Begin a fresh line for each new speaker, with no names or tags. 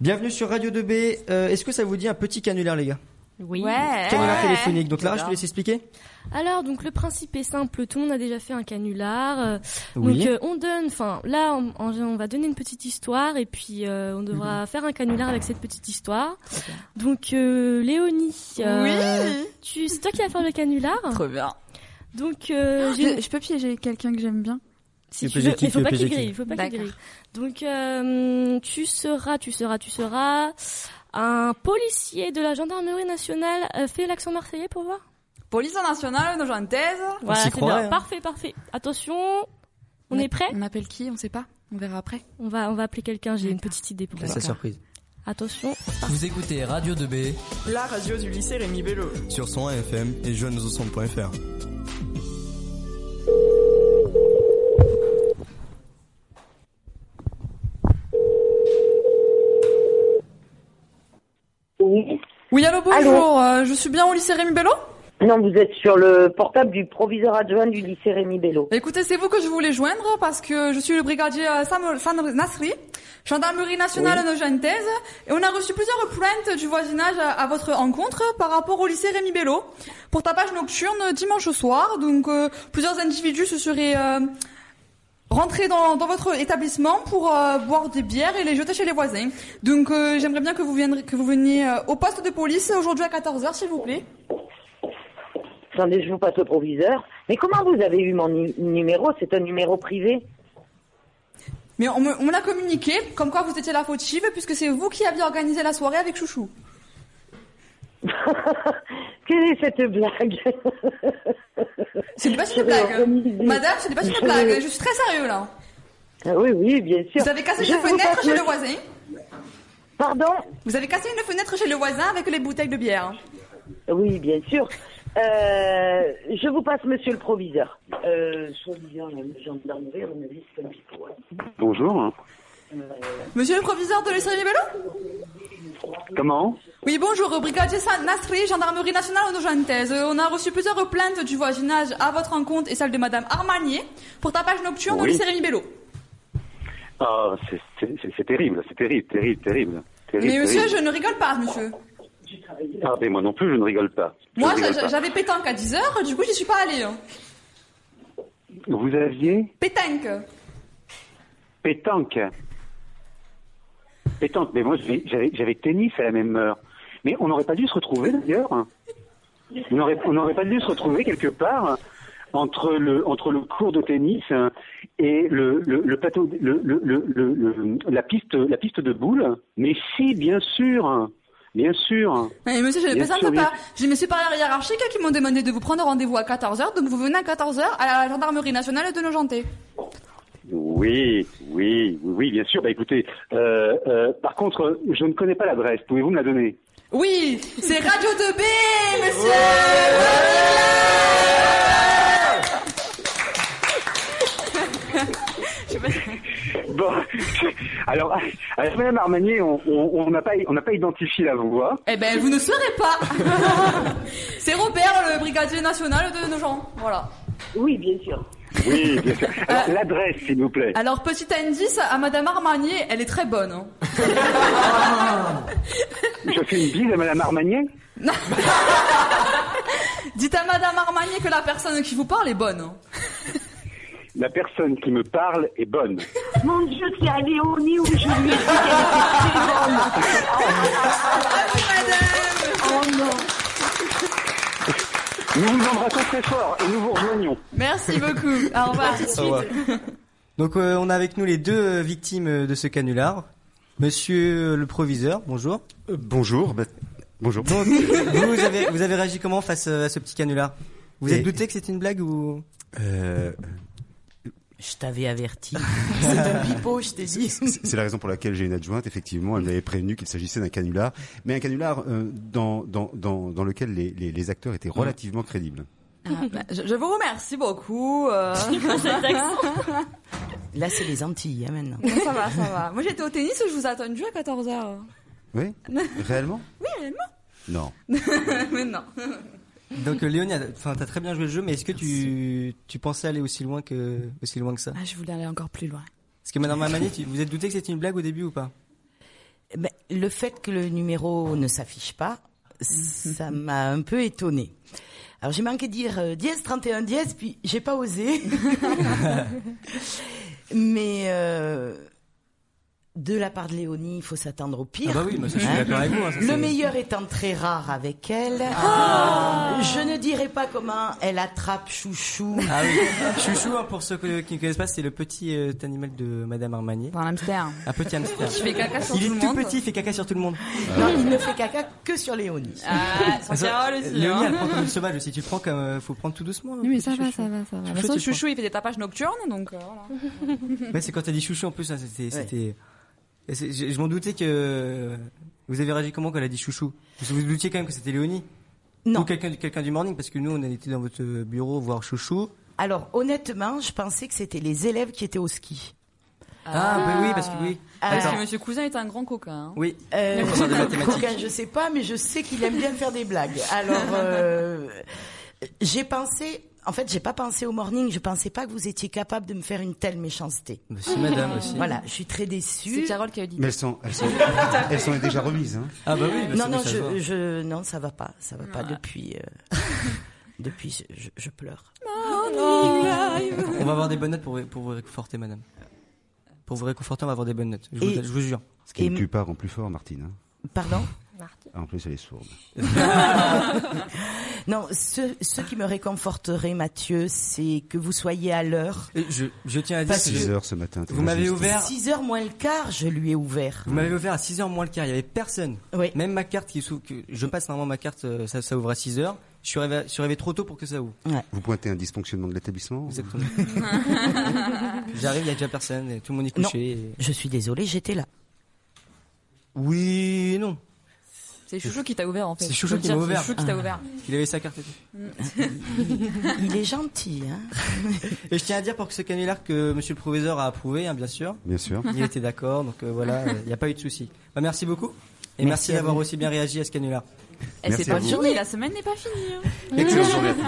Bienvenue sur Radio 2B. Euh, Est-ce que ça vous dit un petit canulaire, les gars
Oui.
Eh Ouais.
Canulaire téléphonique. Donc Lara, je te laisse expliquer.
Alors, donc, le principe est simple. Tout le monde a déjà fait un canular. euh,
Oui.
Donc, euh, on donne, enfin, là, on, on- on va donner une petite histoire et puis euh, on devra faire un canular avec cette petite histoire. Donc, euh, Léonie, euh,
Oui.
tu, c'est toi qui vas faire le canular.
Trop bien.
Donc, euh, j'ai une-
Ah,
Je, je peux piéger quelqu'un que j'aime bien.
Tu
si tu
peux
veux,
jeter,
il faut
tu
pas
peux
qu'il
jeter.
grille, il faut pas
D'accord.
qu'il grille. Donc, euh, tu seras, tu seras, tu seras un policier de la gendarmerie nationale. Euh, fais l'accent marseillais pour voir.
Police nationale d'Argentaise.
Voilà,
s'y
c'est
croirait,
bien.
hein.
Parfait, parfait. Attention, on est prêt
On appelle qui On sait pas. On verra après.
On va, on va appeler quelqu'un, j'ai une petite idée pour
Bah, C'est
ça.
sa surprise.
Attention,
Vous écoutez Radio 2B
La radio du lycée Rémi Bello.
sur 101 FM et jeunes60.fr.
Oui.
Oui, allô, bonjour. euh, je suis bien au lycée Rémi Bello.
Non, vous êtes sur le portable du proviseur adjoint du lycée Rémi Bello.
Écoutez, c'est vous que je voulais joindre parce que je suis le brigadier euh, Sam, Sam Nasri, gendarmerie nationale de Gentaise, et on a reçu plusieurs plaintes du voisinage à, à votre encontre par rapport au lycée Rémi Bello pour tapage nocturne dimanche soir. Donc, euh, plusieurs individus se seraient euh, rentrés dans, dans votre établissement pour euh, boire des bières et les jeter chez les voisins. Donc, euh, j'aimerais bien que vous, viendrez, que vous veniez euh, au poste de police aujourd'hui à 14h, s'il vous plaît.
Attendez, je vous passe au proviseur. Mais comment vous avez eu mon nu- numéro C'est un numéro privé.
Mais on me, on me l'a communiqué, comme quoi vous étiez la fautive, puisque c'est vous qui aviez organisé la soirée avec Chouchou.
Quelle est cette blague
C'est pas
Je
une
vais
blague. hein.
organiser.
Madame, c'est pas une
Je
blague.
vais-
Je suis très sérieux là.
Ah Oui, oui, bien sûr.
Vous avez cassé
Je
une
vous
fenêtre
passe
chez
le-
le voisin.
Pardon
Vous avez cassé une fenêtre chez le voisin avec les bouteilles de bière.
Oui, bien sûr. Euh, je vous passe monsieur le proviseur. Euh, soi-disant, le gendarmerie, on me dit c'est un pipeau, hein.
Bonjour.
Monsieur le proviseur de l'Estrie Bello
Comment
Oui, bonjour, brigadier Sa- Nasri, gendarmerie nationale de Gentaise. On a reçu plusieurs plaintes du voisinage à votre encontre et celle de madame Armanier pour tapage nocturne au
Oui.
lycée Rémi Bello.
Ah, c'est- c'est c'est- c'est terrible, c'est terrible, terrible, terrible. terrible
Mais monsieur, je
terrible.
ne rigole pas, monsieur.
Ah, mais moi non plus, je ne rigole pas. Je
Moi,
ne rigole
j'a-
pas.
j'avais pétanque à 10h, du coup, j'y suis pas allée. hein.
Vous aviez
Pétanque.
pétanque. Pétanque, mais moi j'avais- j'avais j'avais tennis à la même heure. Mais on n'aurait pas dû se retrouver d'ailleurs. On n'aurait on n'aurait pas dû se retrouver quelque part entre le, entre le cours de tennis et le, le, le plateau, le, le- le- le- le- la, piste, la piste de boules. Mais si, bien sûr, bien sûr.
Mais monsieur, je ne
Bien sûr,
plaisante
bien
pas. J'ai mes supérieurs hiérarchiques qui m'ont demandé de vous prendre rendez-vous à 14h, donc vous venez à 14h à la gendarmerie nationale de Nogenté.
Oui, oui, oui, oui, bien sûr. Bah écoutez, euh, euh, par contre, je ne connais pas l'adresse. Pouvez-vous me la donner
Oui, c'est Radio 2B, monsieur
Bon, alors, avec Madame Armanier, on on- on n'a pas, on n'a pas identifié la voix.
Eh ben, vous ne saurez pas C'est Robert, le brigadier national de Nogent. Voilà.
Oui, bien sûr.
Oui, bien sûr. Alors, L'adresse, s'il vous plaît.
Alors, petit indice à Madame Armanier, elle est très bonne. hein.
Je fais une bise à Madame Armanier
Dites à Madame Armanier que la personne qui vous parle est bonne. hein.
La personne qui me parle est bonne.
Mon Dieu, c'est à Léonie où je lui ai dit qu'elle était très bonne.
Nous vous embrassons très fort et nous vous rejoignons.
Merci beaucoup. Au revoir.
Au revoir. Donc euh, on a avec nous les deux euh, victimes euh, de ce canular. Monsieur euh, le proviseur, bonjour.
bonjour. bah, bonjour.
Donc vous avez vous avez réagi comment face euh, à ce petit canular Vous
Et-
êtes douté que c'était une blague ou
Euh,
Je t'avais averti. C'est un pipeau, je t'ai dit.
c'est c'est la raison pour laquelle j'ai une adjointe. Effectivement, elle m'avait prévenu qu'il s'agissait d'un canular, mais un canular euh, dans, dans, dans, dans lequel les, les, les acteurs
Mmh.
étaient relativement crédibles.
Je, je vous remercie beaucoup. euh.
Là, c'est les Antilles, hein, maintenant.
Non, ça va, ça va. Moi j'étais au tennis, je vous ai attendu à 14h.
Oui Réellement Oui,
réellement.
Non.
Mais non.
Donc euh, Léonie, a- enfin t'as très bien joué le jeu, mais est-ce que tu tu pensais aller aussi loin que aussi loin que ça
Ah, je voulais aller encore plus loin.
Parce que Madame Mamani, tu- vous êtes douté que c'était une blague au début ou pas
ben, le fait que le numéro ne s'affiche pas, ça m'a un peu étonnée. Alors j'ai manqué de dire euh, dièse 31 dièse, puis j'ai pas osé. Mais euh, de la part de Léonie, il faut s'attendre au pire.
Ah bah oui, bah ça, je suis d'accord avec vous, hein, ça, c'est-
le meilleur étant très rare avec elle. Je ne dirai pas comment elle attrape Chouchou.
Ah oui. Chouchou, hein, pour ceux que- qui ne connaissent pas, c'est le petit euh, animal de Madame Armagné.
Un hamster.
Un petit hamster.
Qui fait caca sur
il
tout le
est tout
monde.
petit, il fait caca sur tout le monde.
Non, il ne fait caca que sur Léonie.
Euh,
Ah, sans
Ça,
Carole aussi.
Léonie,
hein.
elle prend comme une sauvage aussi. Tu le prends comme, euh, faut prendre tout doucement.
Oui, mais ça va, ça va, ça va.
Chouchou,
De toute façon,
tu le
chouchou,
Chouchou, il fait des tapages nocturnes, donc euh, voilà.
Ouais, c'est quand t'as dit chouchou en plus, ça, c'était, c'était. Et c'est- Je, je m'en doutais que vous avez réagi comment quand elle a dit chouchou. Vous vous doutiez quand même que c'était Léonie.
Non.
Ou quelqu'un, quelqu'un du morning, parce que nous, on était dans votre bureau voir chouchou.
Alors honnêtement, je pensais que c'était les élèves qui étaient au ski.
Ah, bah oui, parce que oui.
Parce
Attends.
que Monsieur Cousin est un grand coquin. hein.
Oui.
Euh,
professeur de mathématiques.
Coquin, je sais pas, mais je sais qu'il aime bien faire des blagues. Alors, euh, j'ai pensé, en fait, j'ai pas pensé au morning, je pensais pas que vous étiez capable de me faire une telle méchanceté.
Bah, c'est madame aussi.
Voilà, je suis très déçue.
c'est Carole qui a dit.
Mais elles sont, elles sont, elles sont déjà remises. Hein.
Ah, bah oui, bah,
non,
c'est-
non,
ça se voit.
je, je, non, ça va pas, ça va pas depuis, euh, depuis, je- je, je pleure.
On va avoir des bonnes notes pour, pour vous réconforter, madame. Pour vous réconforter, on va avoir des bonnes notes. Je,
Et-
vous, je vous jure.
Ce qui
Et-
ne tue pas rend plus fort, Martine. hein.
Pardon?
Ah, en plus, elle est sourde.
Non, ce, ce qui me réconforterait, Mathieu, c'est que vous soyez à l'heure.
Et Je, je tiens à dire
Parce
que
6 heures ce matin. t'es
vous m'avez
injuste.
ouvert,
6 heures moins le quart, je lui ai ouvert.
vous m'avez ouvert à 6 heures moins le quart. Il y avait personne.
Oui.
Même ma carte qui s'ouvre, que je passe normalement ma carte, euh, ça, ça ouvre à 6 heures. Je suis rêvé, je suis rêvé trop tôt pour que ça ouvre.
Vous pointez un dysfonctionnement de l'établissement
Exactement. J'arrive, il y a déjà personne, et tout le monde est
Non.
couché. et-
Je suis désolée, j'étais là.
Oui, et non.
C'est Chouchou qui t'a ouvert en fait.
C'est Chouchou
Faut le
qui
dire,
m'a ouvert. Ah.
C'est Chouchou qui t'a ouvert.
Il avait sa carte et tout.
Il est gentil, hein.
Et je tiens à dire pour que ce canular que monsieur le proviseur a approuvé, hein, bien sûr.
Bien sûr.
Il était d'accord, donc euh, voilà, euh, il n'y a pas eu de souci. Bah, merci beaucoup. Et
Merci
merci,
à
d'avoir
vous.
aussi bien réagi à ce canular.
Eh,
Merci
c'est
à
pas
vous.
fini, la semaine n'est pas finie. hein.
Excellente journée à tous.